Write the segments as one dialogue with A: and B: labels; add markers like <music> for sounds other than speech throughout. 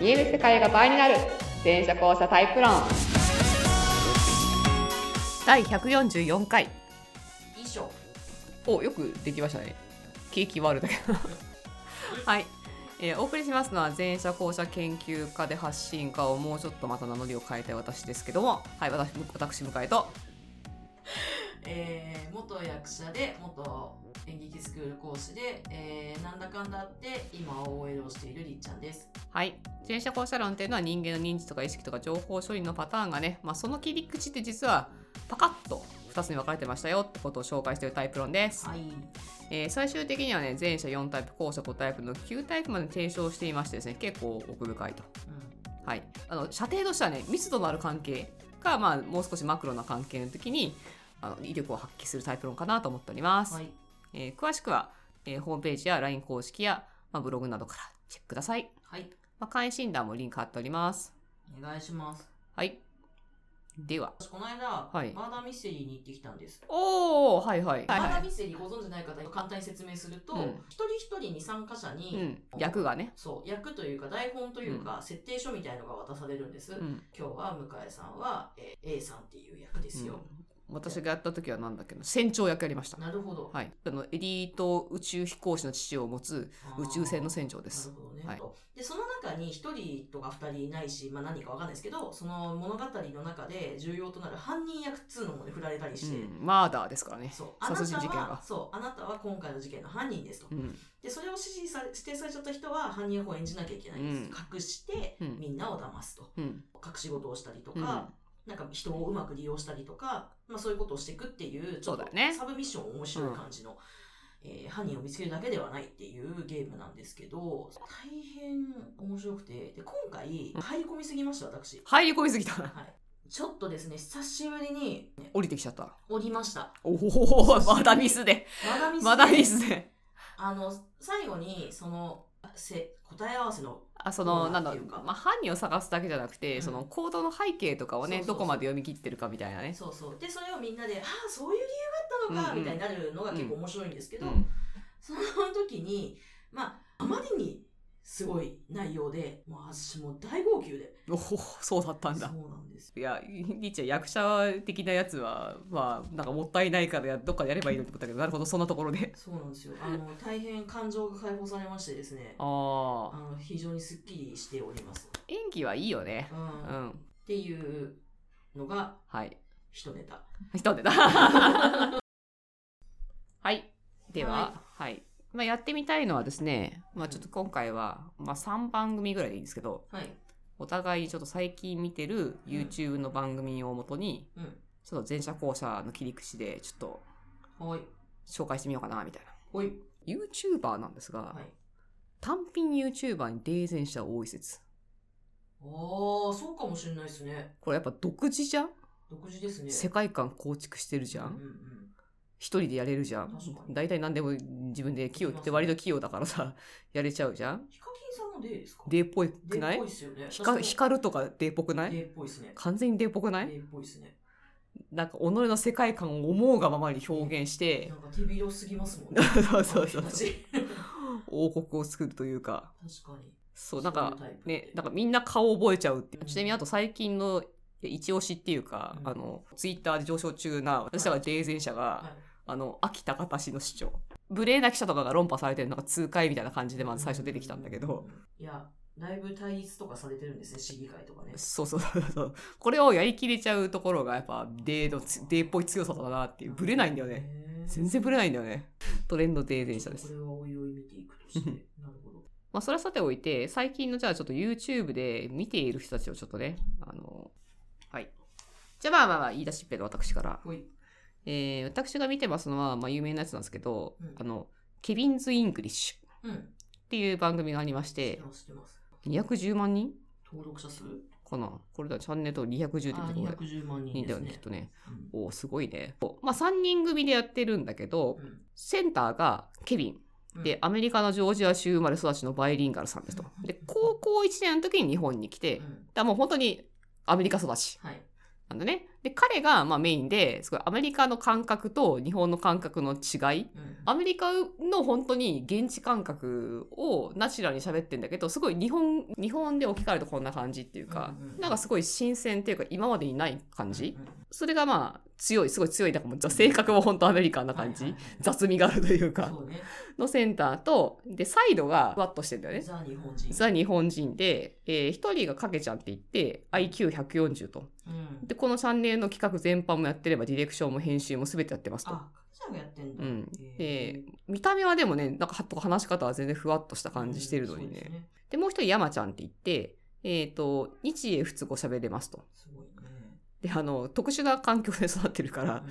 A: 見える世界が倍になる全車交差タイプ論第144回
B: 衣装
A: およくできましたね景気はあるだけど <laughs> はい、えーお送りしますのは前者後者研究家で発信家をもうちょっとまた名乗りを変えたい私ですけどもはい私私向井と
B: えー、元役者で元演劇スクール講師で、えー、なんだかんだあって今 OL をしているりっちゃんです
A: はい前者後者論っていうのは人間の認知とか意識とか情報処理のパターンがね、まあ、その切り口って実はパカッと2つに分かれてましたよってことを紹介しているタイプ論です、
B: はい
A: えー最終的にはね前者4タイプ後者5タイプの9タイプまで提唱していましてですね結構奥深いと
B: う
A: はい、あの射程としてはね密度のある関係が、まあ、もう少しマクロな関係の時にあの威力を発揮するタイプ論かなと思っております、
B: んはい
A: えー詳しくは、えーホームページや LINE 公式や、まあ、ブログなどからチェックください、
B: はい
A: まあ、会員診断もリンク貼っております
B: お願いします
A: はいでは
B: 私この間、
A: はい
B: マーダーミステリーに行ってきたんです
A: おおはいはいはい
B: マーダ
A: は
B: ー
A: い
B: ミステリーご存知ない方に簡単に説明すると、
A: うん
B: 一人一人に参加者に、
A: うん、役がね、
B: そう役というか台本というか、設定書みたいのが渡されるんです、
A: うん、
B: 今日は向井さんは、えー A さんっていう役ですよ、
A: うん私がやった時は何だっけな船長役やりました
B: なるほど、
A: はいあのエリート宇宙飛行士の父を持つ
B: あー
A: 宇宙船の船長で
B: な
A: す
B: るほどね、
A: はい
B: とでその中に1人とか2人いないし、まあ、何人かわかんないですけどその物語の中で重要となる犯人役っつうのもね振られたりして、
A: うん、マーダーですからね
B: そうあなた
A: <laughs> 殺人事件
B: は
A: が
B: そうあなたは今回の事件の犯人ですと、
A: うん
B: でそれを指示され指定されちゃった人は犯人役を演じなきゃいけないんです、隠して
A: うん
B: みんなを騙すと
A: うん
B: 隠し事をしたりと
A: うん
B: か、なんか人をうまく利用したりとか、まあ、そういうことをしていくっていうち
A: そ
B: ょっ
A: う
B: と
A: だね
B: サブミッション面白い感じの、えー犯人を見つけるだけではないっていうゲームなんですけど大変面白くてで今回
A: うん
B: 入り込みすぎました私
A: 入り込みすぎたな
B: ちょっとですね久しぶりに
A: 降りてきちゃった
B: 降りました
A: おおまだミスで
B: まだミス
A: まだミスで
B: あの最後にそのせ答え合わせの
A: あその
B: うん
A: なんだ
B: って
A: ろ
B: いううか
A: まあ犯人を探すだけじゃなくて、
B: うん
A: その行動の背景とかをね
B: そうそうそう
A: どこまで読み切ってるかみたいなね
B: そうそうでそれをみんなで「ああそういう理由があったのか」
A: うんうん
B: みたいになるのが結構面白いんですけど、
A: うん
B: その時に、まあ、あまりにすごい内容で、もう私もう大号泣で。
A: おおそうだったん
B: そう
A: だ
B: なんですよ。
A: いやりっちゃん役者的なやつはまあなんかもったいないからやどっかでやればいいのってことだけどなるほどそんなところで
B: そうなんですよ。あの、大変感情が解放されましてですね、
A: あ
B: あ
A: あ
B: の非常にスッキリしております。
A: 演技はいいよね
B: う。
A: うん
B: っ
A: ん
B: ていうのが、
A: はい
B: 一ネタ。
A: 人でだはいで
B: は
A: は、はいまあ、やってみたいのはですね、まあ、ちょっと今回は、まあ、3番組ぐらいでいいんですけど
B: はい。
A: お互いにちょっと最近見てる YouTube の番組をもとに
B: うん。
A: ちょっと前者後者の切り口でちょっと
B: はい。
A: 紹介してみようかなみたいな
B: ほい。
A: YouTuber なんですが、
B: はい。
A: 単品 YouTuber に冷戦者多い説
B: ああ、そうかもしれないですね。
A: これやっぱ独自じゃん
B: 独自ですね。
A: 世界観構築してるじゃ
B: うん
A: ん
B: うんうん。
A: 一人でやれるじゃん
B: 確かに
A: 大体何でも自分で器用って割と器用だから
B: <laughs>
A: さやれちゃうじゃん
B: ヒカキンさんもデーですか
A: デーっぽ
B: デ
A: く
B: ー
A: な
B: っ
A: い
B: ぽいっすよね。
A: ヒカヒカルとかデーっぽくな
B: デ
A: い
B: ーっぽいっすね。
A: 完全にデーっぽくな
B: デ
A: い
B: ーっぽいっすね。
A: なんか己の世界観を思うがままに表現して
B: なんか手広すぎますもんね。
A: <laughs> そうそうそう
B: あの人たち
A: 王国を作るというか
B: 確かに。
A: そうなんか
B: そういうタイプ
A: ねなんかみんな顔を覚えちゃうっていう
B: うん
A: ちなみにあと最近の一押しっていうか、
B: うん
A: あのツイッターで上昇中な私らが霊前者が、
B: はい。
A: あの秋田方市の市長無礼な記者とかが論破されてるのが痛快みたいな感じでまず最初出てきたんだけど、。
B: いや、だいぶ対立とかされてるんですね、市議会とかね。
A: そうそうそうそうこれをやりきれちゃうところがやっぱデーのつデーっぽい強さだなっていうぶれないんだよね
B: へー。
A: 全然ぶれないんだよねトレンドデー電車で
B: こ
A: す
B: れはおいおい見ていくとして。なるほど。
A: まあそれはさておいて最近のじゃあちょっと YouTube で見ている人たちをちょっとねあのはいじゃあまあまあまあ言い出しっぺの私から、
B: ほい。
A: えー私が見てますのは、まあ、有名なやつなんですけど、
B: うん
A: あのケビンズ・イングリッシュっ
B: うん。
A: ていう番組がありまし
B: 知っててます、知ってます。
A: 210万人
B: 登録者数
A: かなこれだチャンネル登録210って
B: あ
A: ところで
B: 210万人
A: 人だ
B: で
A: よ
B: す
A: ねきっ
B: ね。
A: とね
B: うん
A: おーすごいねおまあ3人組でやってるんだけど
B: うん
A: センターがケビ
B: う
A: ン
B: ん
A: でアメリカのジョージア州生まれ育ちのバイリンガルさんですとで高校1年の時に日本に来て
B: うん
A: だからもう本当にアメリカ育ち
B: はい。
A: なんだね。で、彼がまあメインで、すごいアメリカの感覚と日本の感覚の違い。
B: うん
A: アメリカの本当に現地感覚をナチュラルに喋ってんだけど、すごい日本、日本で置き換えるとこんな感じっていうか、
B: うんうん
A: なんかすごい新鮮っていうか今までにない感じ。
B: うんうん
A: それがまあ強い、すごい強い、なんかもう性格も本当アメリカンな感
B: はい
A: じ
B: はい。はい
A: 雑味があるというか、
B: そうね。
A: のセンターと、で、サイドがふわっとしてんだよね。
B: ザ日本人。
A: ザ日本人で、えー一人がかけちゃんって言って IQ140 と。
B: うん。
A: で、このチャンネルの企画全般もやってれば、ディレクションも編集も全てやってますと。
B: あ、かけちゃんがやってんだ。
A: うん
B: へー
A: 見た目はでもね、なんかはとか話し方は全然ふわっとした感じしてるのにね。
B: うんそうです
A: でもう一人山ちゃんって言って、えっ、と、日英仏語喋れますと。
B: すごいね。
A: で、あの、特殊な環境で育ってるから、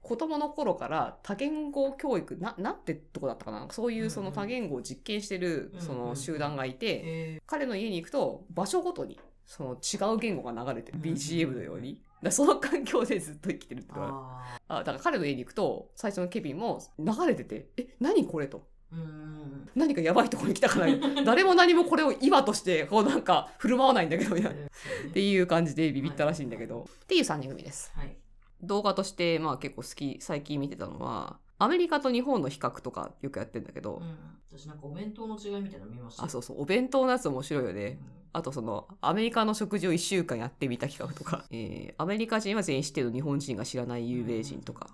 A: 子供の頃から多言語教育、な、なってとこだったかな。そういうその多言語を実験してる、その集団がいて、
B: え
A: 彼の家に行くと場所ごとにその違う言語が流れてる
B: うん
A: BGM のように。だからその環境でずっと生きてるって
B: ー、
A: ことだ
B: あ
A: あだから彼の家に行くと最初のケビンも流れてて「え何これ?」と
B: ーうん。
A: 「何かやばいとこに来たから
B: <laughs>
A: 誰も何もこれを今としてこうなんか振る舞わないんだけど」みたいな。っ
B: そうね
A: ていう感じでビビったらしいんだけど、っていう3人組です。
B: はい。
A: 動画としてまあ結構好き最近見てたのはアメリカと日本の比較とかよくやってんだけど、
B: うん。私なんかお弁当の違いみたいなの見ました。。
A: あそううそうお弁当のやつ面白いよね。
B: ん
A: あとそのアメリカの食事を1週間やってみた企画とか、 <laughs> えーアメリカ人は全員知ってるの日本人が知らない有名人とか、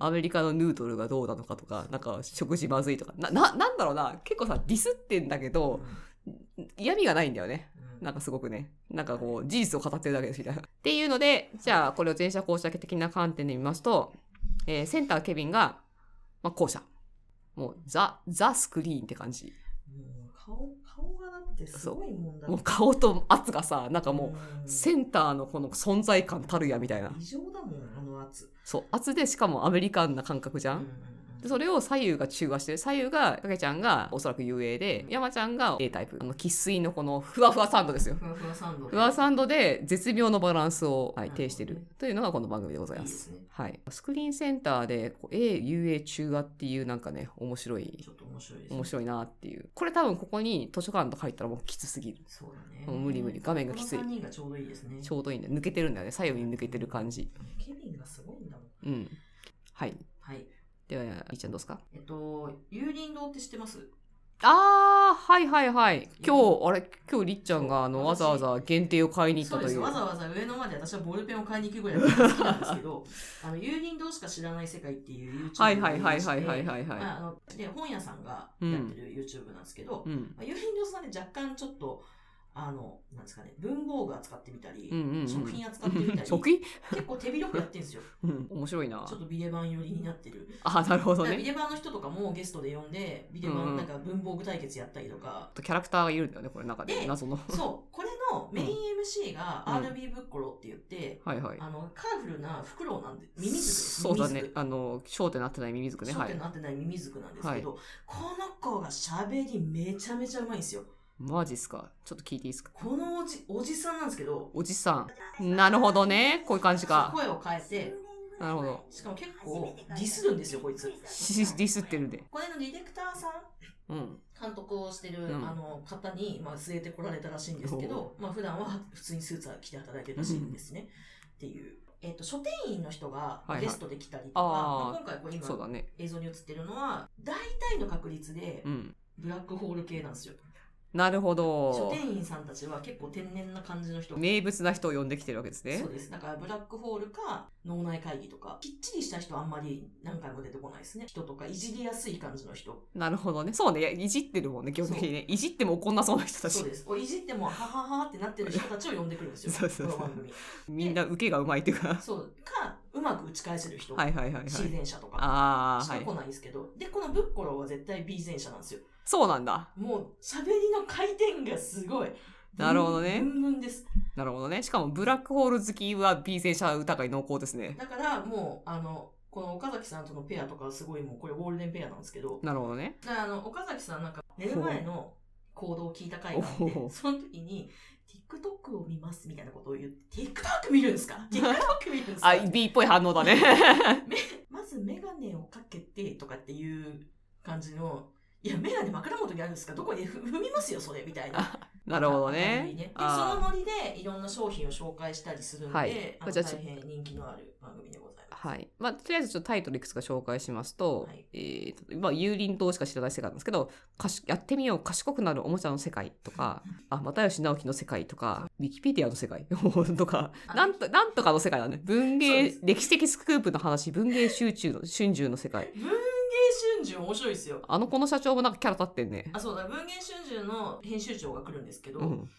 A: アメリカのヌードルがどうなのかとかなんか食事まずいとかなななんだろうな結構さディスってんだけど嫌味がないんだよね
B: うん
A: なんかすごくねなんかこう事実を語ってるだけですみたいな。っていうのでじゃあこれを前者後者的な観点で見ますと、えーセンターケビンが、まあ、後者もうザ・ザ・スクリーンって感じ
B: もう顔、顔がだってすごいもんだ
A: もう顔と圧がさなんかもう
B: うん
A: センターのこの存在感たるやみたいな
B: 異常だもん、あの圧。
A: そう圧でしかもアメリカンな感覚じゃ
B: うん
A: ん、
B: うん
A: でそれを左右が中和してる左右がかけちゃんがおそらく UA で
B: うん
A: 山ちゃんが A タイプあの生粋のこのふわふわサンドですよ
B: ふわふわサンドで。
A: ふわサンドで絶妙のバランスを、はい、
B: なるほどね
A: 呈してるというのがこの番組でござい
B: いい
A: ま
B: ですすね。
A: はい、スクリーンセンターでこう AUA 中和っていうなんかね面白い
B: ちょっと面白いです、ね。
A: 面白いなっていうこれ多分ここに図書館と書いたらもうきつすぎる
B: そうだね。
A: もう無理無理画面がきつい
B: この3人がちょうどいいですね。
A: ちょうどいいんだよ抜けてるんだよね左右に抜けてる感じ
B: ケビンがすごいんだもん。
A: うんはい
B: はい。
A: では、いーちゃんどうですか
B: えっと、有林堂って知ってます
A: ああ、はいはいはい。今日、あれ、今日りっちゃんがあの
B: そう
A: わざわざ限定を買いに行っ
B: そ
A: た
B: う
A: と
B: で
A: い
B: す。
A: う。
B: わざわざ上野まで私はボールペンを買いに行くぐらい好きなんですけ
A: <laughs>
B: ど、あの、有林堂しか知らない世界っていう YouTube
A: はいはいはいはいはい
B: い。
A: はいはい。
B: まあ、あので本屋さんがやってる YouTube なんですけど、
A: うん。
B: まあ、有林堂さんで若干ちょっと、あの、なんですかね、文房具扱ってみたり、
A: うんうんうん
B: 食品扱ってみたり、
A: <laughs> 食品
B: 結構手広くやってるん
A: <laughs>
B: ですよ。
A: うん。面白いな
B: ちょ。っとビレバン寄りになってる。
A: あーなるほど
B: だからビ
A: ね。
B: デバンの人とかもゲストで呼んで、ビデバ
A: うんうん
B: ンなんか文房具対決やったりと
A: <laughs>
B: か、
A: キャラクターがいるんだよね、これ、なんかね、
B: で
A: 謎の。 <laughs>
B: そう、これのメイン MC が
A: うん
B: RB ブッコロって言って、
A: はいはい。
B: あの、カラフルなフクロウなんで、ミミズクです。
A: そうだね
B: ミミズ。ク
A: あの、焦点なってないミミズクね。
B: 焦
A: はい
B: 点。なってないミミズクなんですけど、この子が喋りめちゃめちゃうまいんですよ。
A: マジっすか。ちょっと聞いていいですか。
B: このおじ、おじさんなんですけど、
A: おじさん。なるほどね。こういう感じか。
B: 声を変えて、
A: なるほど。
B: しかも結構ディスるんですよ、こいつ。
A: しディスってるで。
B: これのディレクターさ
A: う
B: ん
A: ん。
B: 監督をしてる、
A: うん
B: あの方に、まあ、据えてこられたらしいんですけど、まあ普段は普通にスーツは着て働いてるらしいんですね。っていう。えっ、と、書店員の人が
A: いはい
B: ゲストで来たりとか、
A: あー
B: まあ、今回こう
A: そうだ
B: 今
A: ね。
B: 映像に映ってるのは、大体の確率で
A: うん。
B: ブラックホール系なんですよ。
A: なるほ
B: 書
A: ど。
B: 店員さんたちは結構天然な感じの人が
A: 名物な人を呼んできてるわけですね
B: そう。です。だからブラックホールか脳内会議とか、きっちりした人はあんまり何回も出てこないですね。人とかいじりやすい感じの人。
A: なるほどね。そうね。いやいじってるもんね、基本的にね。いじっても怒んなそうな人たち
B: そう。です。おいじっても、はははってなってる人たちを呼んでくるんですよ。
A: そうそうそう
B: この番組。
A: みんな受けがうまいっていうか。
B: そう。か、うまく打ち返せる
A: <laughs>
B: 人。
A: はいはいはいはい。
B: 自然者とか。
A: あ
B: し
A: あ、
B: か
A: はい
B: 来。ないですけど、で、このブッコローは絶対 B 前者なんですよ。
A: そうなんだ。
B: もう、喋りの回転がすごい。
A: なるほどね
B: ブンブンブンです。
A: なるほどね。しかもブラックホール好きは B 戦車疑い濃厚ですね。
B: だから、もう、あの、この岡崎さんとのペアとかはすごいもう、これゴールデンペアなんですけど、
A: なるほどね。
B: だからあの岡崎さんなんか寝る前の行動を聞いた回があっ
A: お
B: て
A: ほ
B: その時に TikTok を見ますみたいなことを言って TikTok 見るんで
A: <laughs>
B: すか TikTok 見るんですか
A: あ、B っぽい反応だね。
B: <laughs> まずメガネをかけてとかっていう感じのいやメガネ枕元にあるんですかどこにふ踏みますよそれみたいな
A: なるほど
B: 明る
A: ね
B: いで。その
A: あ
B: ノリでいろんな商品を紹介したりするので、
A: はい
B: あの
A: じゃ
B: 大
A: あち
B: 変人気のある番組でござい
A: ー
B: ます。
A: はい。まあ、とりあえずちょっとタイトルいくつか紹介しますと、
B: はい
A: えーと、まあ、油林島しか知らない世界なんですけど、かしやってみよう、賢くなるおもちゃの世界と
B: <laughs>
A: か、あ、又吉直樹の世界とか、ウィキペディアの世界とか、なんと、なんとかの世界だね。文
B: そう
A: 芸
B: です、
A: 歴史的スクープの話、文芸集中の、春秋の世界。
B: 文芸春秋面白いですよ。
A: あの子の社長もなんかキャラ立ってんね。
B: あ、そうだ、文芸春秋の編集長が来るんですけど、 <laughs>
A: うん。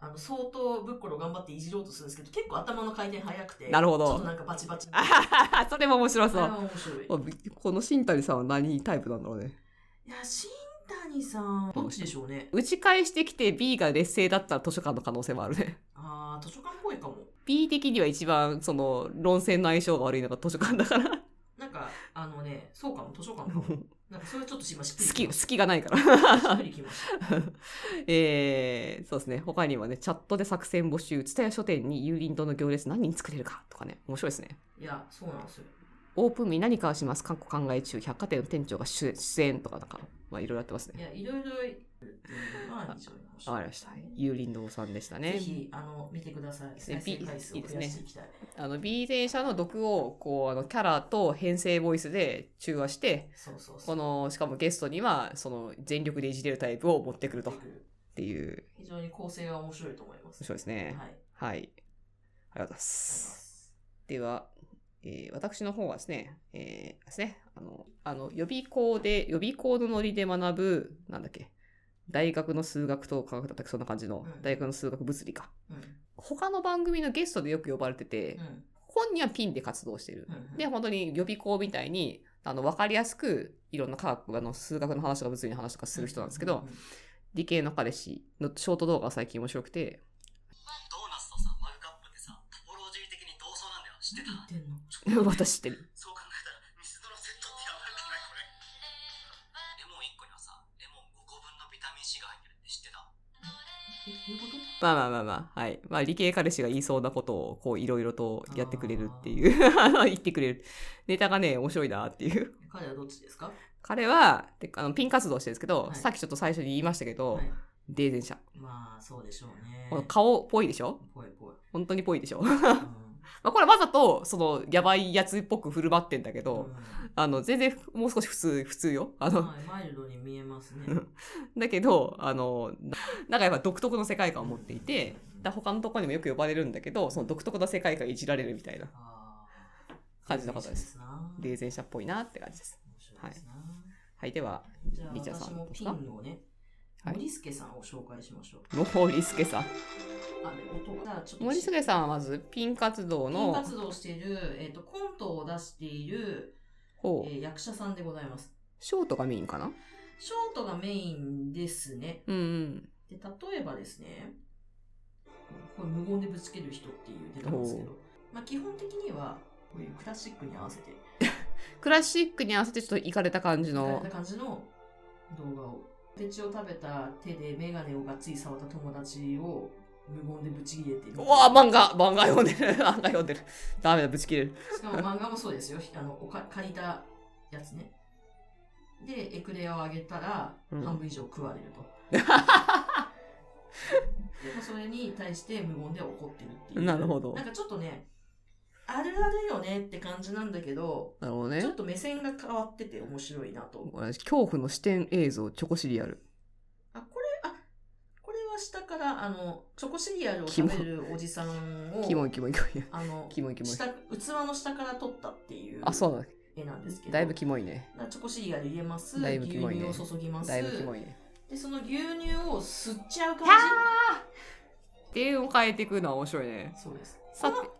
B: あの、相当ぶっころ頑張っていじろうとするんですけど、結構頭の回転早くて、
A: なるほど
B: ちょっとなんかバチバチ。
A: あはははそれも面白そ
B: あ
A: う。
B: れは面白い。
A: あびこの新谷さんは何タイプなんだろうね。
B: いや、新谷さん、どっちでしょうね。
A: 打ち返してきて B が劣勢だったら図書館の可能性もあるね。 <laughs>
B: ああ、図書館っぽいかも。
A: B 的には一番その論戦の相性が悪いのが図書館だから。
B: なんか、あのね、そうかも、図書館かも。なんか、それちょっと今、しっ
A: 好
B: くり
A: き、
B: き
A: 好
B: まし
A: きがないから。 <laughs>
B: た。しっくりきました。
A: えー、そうですね。他にはね、チャットで作戦募集、蔦屋書店に有林堂の行列何人作れるかとかね、面白いですね。
B: いや、そうなんですよ。
A: オープンに何かをします、かっこ考え中、百貨店の店長が出出演とか、なんか、まあいろいろやってます
B: い
A: ね。
B: や、いろいろ言ってるのが非常に面白い
A: わかりました。有林堂さんでしたね。
B: ぜひ、あの、見てください。再生回数を増やしていきたい。
A: あの B 電車の毒をこうあのキャラと編成ボイスで中和して
B: そうそうそ
A: こ
B: う。
A: のしかもゲストにはその全力でいじれるタイプを持ってくるとっ
B: うん
A: ていう
B: 非常に構成が面白いと思います。
A: 面白いです
B: は
A: ね
B: い。ありがとう
A: はい、ありがとうございま
B: ございますす。
A: では、えー私の方はですね,、えーですねあのあの予備校で予備校のノリで学ぶなんだっけ大学の数学と科学だったっけそんな感じの
B: うん
A: 大学の数学物理か
B: うん。
A: 他の番組のゲストでよく呼ばれてて、
B: うん。
A: 本人はピンで活動してる
B: うん
A: で、本当に予備校みたいに、あの、わかりやすく、いろんな科学、あの、数学の話とか物理の話とかする人なんですけど、理系の彼氏のショート動画が最近面白くて、
C: ドーナツとさマグカップってさトポロジー的に同窓なんだよ知ってた
B: 言ってんの
A: <laughs> 私知ってる。
C: そう考えたらミスドのセットってやばくないこれレモン1個にはさレモン5個分のビタミン C が入ってるって知ってた
B: え、どういうこと
A: まあまあまあまあ、はい。まあ理系彼氏が言いそうなことを、こう、いろいろとやってくれるって <laughs> いう、あの、言ってくれる。ネタがね、面白いなっていう。
B: 彼はどっちですか
A: 彼は、てかあの、ピン活動してるんですけど、
B: はい
A: さっきちょっと最初に言いましたけど、
B: はい
A: デーゼン社。
B: まあ、そうでしょうね
A: こ。の顔、ぽいでしょ
B: ぽい
A: <laughs>
B: ぽい。
A: 本当にぽいでしょ
B: うん
A: まあこれわざと、その、やばいやつっぽく振る舞ってんだけど、
B: うん
A: あの、全然、もう少し普通、普通よ。あの、
B: はいマイルドに見えますね。
A: だけど、あの、ななんかやっぱ独特の世界観を <laughs> 持っていて、だ他のところにもよく呼ばれるんだけど、その独特な世界観いじられるみたいな
B: あー
A: 感じの方です。。
B: 面
A: 冷前者っぽいなって感じです。
B: 白いですな
A: はい、では、
B: じゃあ
A: リチャさん
B: 私も
A: です
B: ピ
A: か
B: ンをね、
A: はい
B: 森助さんを紹介しましょう。
A: 森助さん。
B: あ、で音がちょっと
A: <laughs> 森助さんはまず、ピン活動
B: ピン
A: の
B: 活動をしている、えっ、と、コントを出している、え
A: 方、
B: ー役者さんでございます。
A: ショートがメインかな
B: ショートがメインですね。
A: うんうん。
B: で、例えばですね、これ無言でぶつける人っていう出たんですけ
A: お
B: ど、まあ基本的には、こういうクラシックに合わせて、
A: クラシックに合わせてちょっといかれた感じ
B: こうい
A: の
B: った、感じの動画を。ポテチを食べた手でメガネをがっつり触った友達を無言でぶち切れてる
A: うわ漫画漫画読んでる <laughs> 漫画読んでるダメだ、ぶち切れる。
B: しかも漫画もそうですよ。あのおか借りたやつね。で、エクレアをあげたら、
A: うん
B: 半分以上食われ
A: <laughs>
B: ると。でもそれに対して無言で怒ってるっていう。
A: なるほど
B: なんかちょっとね、あるあるよねって感じなんだけど、
A: なるほど
B: ちょ
A: ね
B: っ。と目線が変わってて面白いなと。
A: これ恐怖の視点映像、チョコシリアル。
B: あ、これ、あ、これは下から、あの、チョコシリアルを食べるおじさんを、
A: キモいキモいキモい。
B: あの、
A: キモいキモい。
B: 下、器の下から撮ったっていう
A: あ、そうなんだ。
B: 絵なんですけど。
A: だいぶキモいね。
B: なチョコシリアル入れます、
A: だいぶ
B: 牛
A: キ
B: 乳
A: モいね
B: を注ぎます
A: だいぶキモいね。
B: でその牛乳を吸っちゃう感
A: 点を変えていくのは面白いね。
B: じそうです
A: さて
B: この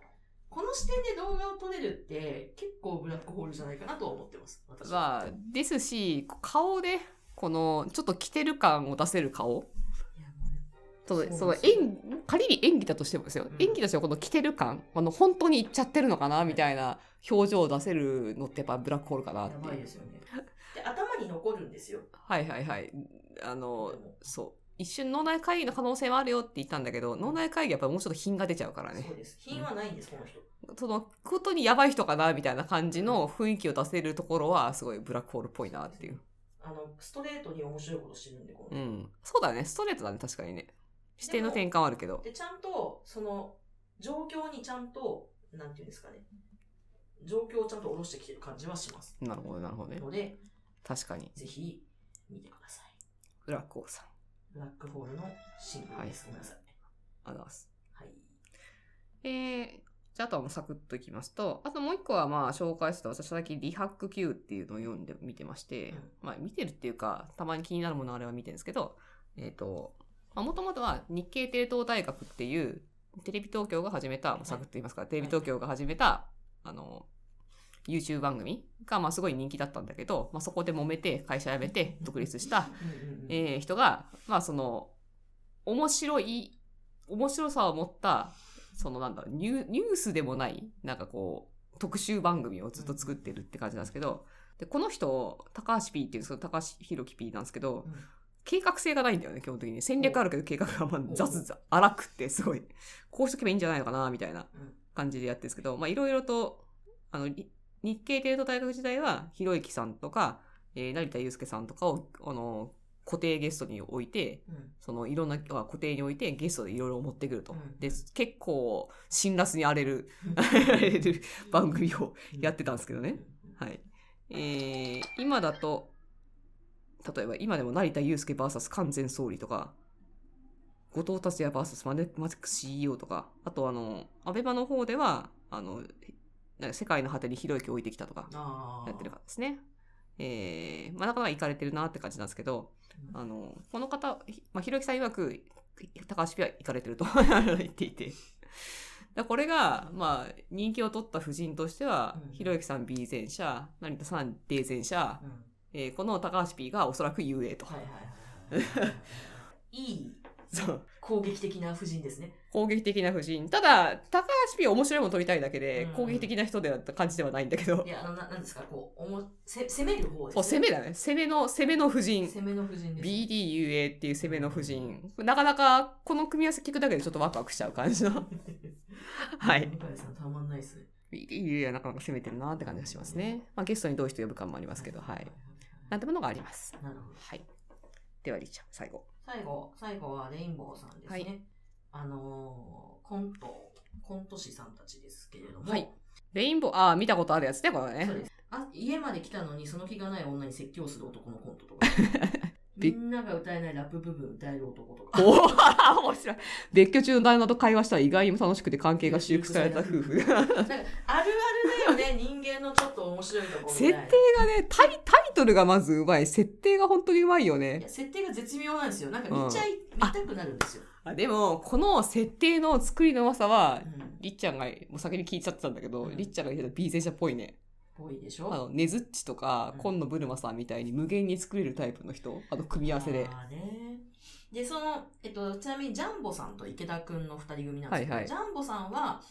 B: この視点で動画を撮れるって結構ブラックホールじゃないかなとは思ってます私は、
A: まあ、ですし、顔で、この、ちょっと着てる感を出せる顔。
B: いやもうね
A: その
B: そう
A: その
B: ですよ
A: 演仮に演技だとしてもですよ、
B: うん
A: 演技としてはこの着てる感あの本当にいっちゃってるのかなみたいな表情を出せるのってやっぱブラックホールかなっ
B: や
A: て
B: ばい
A: いう
B: ですよねで頭に残るんですよ
A: はいはいはいあの
B: でも
A: そう一瞬脳内会議の可能性はあるよって言ったんだけど脳内会議やっぱりもうちょっと品が出ちゃうからね
B: そうです品はないんですこの人
A: そのことにやばい人かなみたいな感じの雰囲気を出せるところはすごいブラックホールっぽいなっていう。
B: あのストレートに面白いことしてるんでこの
A: うん。そうだね。ストレートだね。確かにね。視点の転換はあるけど
B: で、ちゃんと、その、状況にちゃんと、なんていうんですかね。状況をちゃんと下ろしてきてる感じはします。
A: なるほどなるほどね
B: ので、
A: 確かに
B: ぜひ、見てください。
A: ブラックオーさん
B: ブラックホールのシングルです。ごめんなさい。
A: あざます
B: はい。
A: えーじゃあ、あとはもうサクッといきますと、あともう一個はまあ紹介した私は最近リハック Q っていうのを読んで見てまして、
B: うん
A: まあ見てるっていうか、たまに気になるものあれは見てるんですけど、えっ、と、もともとは日経帝東大学っていうテレビ東京が始めた、もうサクッと言いますから、テレビ東京が始めた、あの、YouTube 番組がまあすごい人気だったんだけど、まあそこで揉めて会社辞めて独立した
B: うんうんうん
A: えー人が、まあその、面白い、面白さを持った、そのなんだろうニュー、ニュースでもない、なんかこう、特集番組をずっと作ってるって感じなんですけど、で、この人、高橋 P っていうんですけど、高橋宏樹 P なんですけど、
B: うん
A: 計画性がないんだよね、基本的に。戦略あるけど計画がまあ
B: お
A: 雑々、荒くって、すごい、こうしとけばいいんじゃないのかな、みたいな
B: うん
A: 感じでやってるんですけど、まあいろいろと、あの、り日経帝都大学時代は、ひろゆきさんとか、えー成田悠介さんとかを、あの、固定ゲストに置いて、
B: うん
A: そのいろんな、あ固定に置いてゲストでいろいろ持ってくると。
B: うん
A: で、結構、辛辣に荒れる、
B: うん
A: 荒れる <laughs> 番組を
B: うん
A: やってたんですけどね。はい。えー、今だと、例えば今でも成田悠介 VS 完全総理とか、後藤達也 VS マネマスク CEO とか、あとあの、アベマの方では、あの、なんか世界の果てにひろゆきを置いてきたとか、
B: あー
A: やってる方ですね。えー、まあなかなか行かれてるなって感じなんですけど、あの、この方、ひまあ、ひろゆきさん曰く、高橋 P は行かれてると <laughs> 言っていて。だこれが、まあ、人気を取った夫人としては
B: う、ん
A: ひろゆきさん B 前者、成田さん D 前者
B: う、ん
A: えーこの高橋 P がおそらく UA と。
B: はいはいはいはい。いい
A: そう。
B: 攻撃的な夫人ですね。
A: 攻撃的な夫人。ただ、高橋 P は面白いもの取りたいだけで、
B: うん
A: 攻撃的な人では感じではないんだけど
B: い、や、あの、ななんですか、こう、おもせ攻める方です、
A: そう、攻めだね。攻めの、攻めの夫人。
B: 攻めの夫人です。 <laughs>
A: BDUA っていう攻めの夫人。なかなか、この組み合わせ聞くだけでちょっとワクワクしちゃう感じ
B: <laughs>
A: の。はい。
B: 向井さんたまんないですね。
A: BDUA はなかなか攻めてるなって感じがしますね。まあ、ゲストにどういう人呼ぶかもありますけど、はい。なんてものがあります。
B: なるほど。
A: はい。では、りーちゃん、最後。
B: 最後、最後はレインボーさんです
A: は
B: ね。
A: い
B: あのーコント、コント師さんたちですけれども、
A: はいレインボー、ああ、見たことあるやつね、これ
B: そう
A: ね。
B: ですあ家まで来たのにその気がない女に説教する男のコントとか、み
A: <laughs> び
B: んなが歌えないラップ部分歌える男とか、
A: おおー、面白い。別居中の旦那と会話したら意外にも楽しくて関係が修復された夫婦。
B: なんかあるあるだよ
A: <laughs>
B: ね、人間のちょっと面白いところ
A: 設定
B: が
A: がね、タイタイトルがまずうまい。設定が本当にうまいよね
B: い。や設定が絶妙なんですよ。なんか見ちゃい、見たくなるんですよ。
A: あでも、この設定の作りのうまさは
B: う、ん。
A: りっちゃんが、もう先に聞いちゃってたんだけど、
B: うん
A: りっちゃんが言ってた B 前者っぽいね。
B: 多いでし
A: あ
B: ょ
A: の、ねずっちとか
B: うん、
A: 今野ブルマさんみたいに無限に作れるタイプの人、あの、組み合わせで。
B: まあね。で、その、えっと、ちなみにジャンボさんと池田くんの二人組なんですけど、
A: はいはい
B: ジャンボさんは、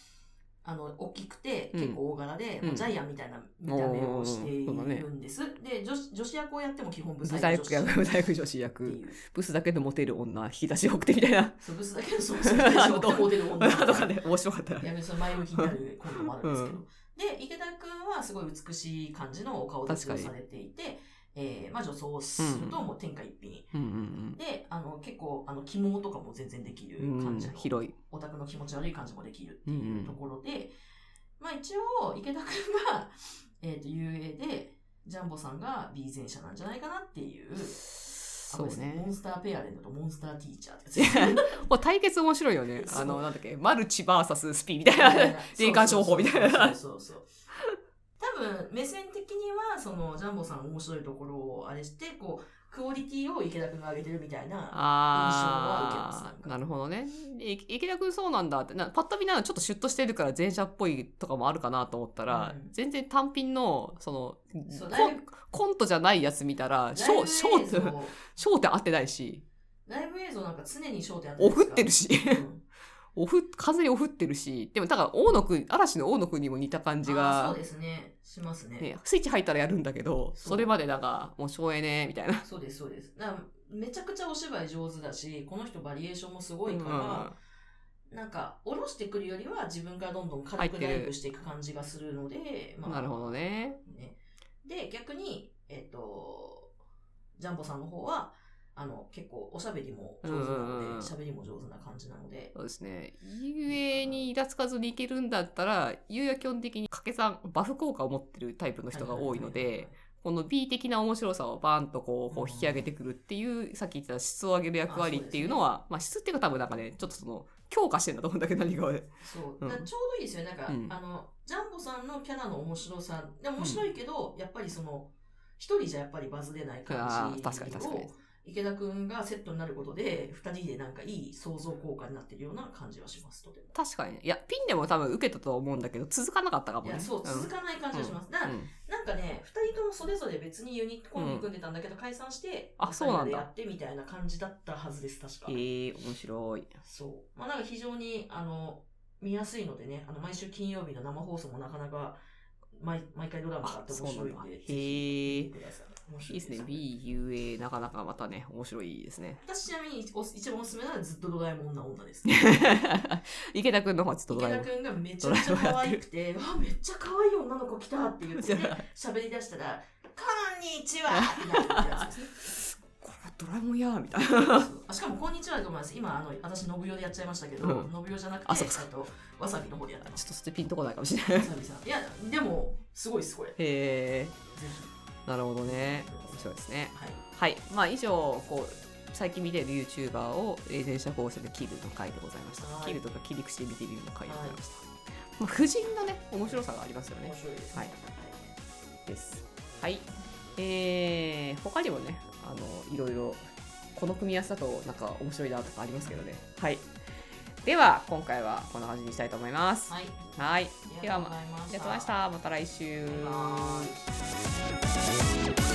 B: あの、大きくて、
A: うん
B: 結構大柄で、
A: うん
B: ジャイアンみたいな見た目をしているんです。で、女子、女子役をやっても基本ブサ
A: 舞
B: イ
A: 台
B: ク女
A: 役
B: 子
A: や、
B: って
A: 舞台役女子
B: い
A: 役、
B: う。
A: ブスだけでモテる女、引き出し多くてみたいな、
B: そうブスだけど、そう、そうでし
A: <laughs>
B: ょ、
A: どう
B: こう出る女
A: とかね、面白かったよね。
B: やめその前向きになる今度もあるんですけど。
A: う
B: で、池田くんはすごい美しい感じのお顔立ちをされていて、えー、まあ女装をするともう天下一品。
A: うんうん
B: で、あの、結構、あの、起毛とかも全然できる
A: うん。うん
B: 感じの、
A: 広い。
B: オタクの気持ち悪い感じもできる
A: うんう
B: っていうと
A: ん。
B: ころで、まあ一応、池田くんが、 <laughs> えっ、と、UA で、ジャンボさんが B 前者なんじゃないかなっていう、あ
A: そ
B: こ
A: う
B: れです
A: ね
B: モ。ンスターペアレントとモンスターティーチャーってやつです
A: もう対決面白いよね。
B: そう
A: あの、なんだっけ、マルチバーサススピーみた <laughs> いな、霊感商法みたいな。
B: <laughs> そうそうそうそうそう多分目線的にはそのジャンボさん面白いところをあれしてこうクオリティを池田君が上げてるみたいな印象は受けま
A: あ
B: す
A: あ、なるほどね。でい池田君そうなんだって、なパッと見なのちょっとシュッとしてるから前者っぽいとかもあるかなと思ったら、
B: うん
A: 全然単品の、その、
B: そうだ
A: コ
B: いぶ
A: ンコントじゃないやつ見たら、ショー、ショーって、ショーって合ってないし、
B: ライブ映像なんか常に焦点
A: おふってるし、 <laughs>
B: うん
A: おふ、完全におふってるし、でもだから大野くん、嵐の大野くんにも似た感じ
B: あーそ
A: が
B: う、ですねしますね
A: ね、スイッチ入ったらやるんだけど、
B: そう
A: それまでなんか、もう省エネ、みたいな。
B: そうですそうですだからめちゃくちゃお芝居上手だしこの人バリエーションもすご
A: う
B: い
A: ん
B: から、なんか下ろしてくるよりは自分からどんどん軽くダイブしていく感じがするのでまあ
A: なるほどね。
B: ね。で、逆に、えっ、と、ジャンボさんの方は、あの、結構おしゃべりも上手な
A: うんうんうん
B: ので、しゃべりも上手な感じなので、
A: そうですね。ゆえにイラつかずにいけるんだったら、ゆうや基本的に掛け算、バフ効果を持ってるタイプの人が多いので、、この B 的な面白さをバーンとこうこう引き上げてくるっていう、さっき言ってた質を上げる役割っていうのは、まあ質っていうか多分なんかね、ちょっとその、強化してんだと思うんだけど何かを
B: そう
A: う。ん
B: だからちょうどいいですよね。なんか、
A: うん
B: あの、ジャンボさんのキャラの面白さ、でも面白いけど、やっぱりその、一人じゃやっぱりバズれない
A: あ
B: 感
A: ー
B: じ
A: 確かに確かに
B: を、池田くんがセットになることで、二人でなんかいい想像効果になってるような感じはします、とても。
A: 確かに。いや、ピンでも多分受けたとは思うんだけど、続かなかったかも
B: い
A: ね。
B: や、そう、続かない感じがします。だから
A: うんうん
B: なんかね、二人ともそれぞれ別にユニットコンビ組んでたんだけど、解散して、
A: あそうなんだ
B: 二人でやってみたいな感じだったはずです、確か。
A: へえ、面白い。
B: そう。まあなんか非常に、あの、見やすいのでね、あの、毎週金曜日の生放送もなかなか、毎毎回ドラマがあって面白い
A: あ
B: ん
A: そうな
B: で、
A: んだ
B: ぜひ見てください。面
A: いいで
B: 白
A: すね。。BUA、なかなかまたね、面白いですね。 <laughs>
B: 私ちなみにお一番おすすめなのはずっとドラえもんな女です。
A: 池田くんの方はちょっとド
B: 池
A: ラえ
B: 田
A: もん。
B: くんがめちゃめちゃ可愛
A: <laughs>
B: くて、わあ、めっちゃ可愛い女の子来たって言って、喋り出したら、こんにち
A: <laughs>
B: はってなるやつですね。
A: これドラえもんやーみたいな。
B: そうあしかも、こんにちはだと思います。今、あの私、信代でやっちゃいましたけど、
A: うん
B: 信代じゃなくて、
A: あそうか
B: えっと、わさびの方でやってま
A: ちょ
B: す。
A: っとそれピンとこないかもしれない。へ
B: わさびさん。いや、でも、すごいです、これ。ぜ
A: え、
B: ひ。
A: なるほどね。面白いですね。
B: はい。
A: はい。まあ以上、こう、最近見てる YouTuber をえー全社放送で切るの回でございました。
B: はい
A: 切るとか切り口で見てみるの回でございました。まあ、夫人のね、面白さがありますよね
B: 面。白いです、
A: はいです。はい。えー、他にもね、あの、いろいろ、この組み合わせだとなんか面白いなとかありますけどね。はい。では、今回はこんな感じにしたいと思います。
B: はい。
A: はい。
B: あり
A: で
B: が
A: は、
B: とう
A: ま
B: ござい
A: あ
B: ま
A: り
B: し
A: がとうご
B: た。
A: ざいました。また来週。
B: バイバイ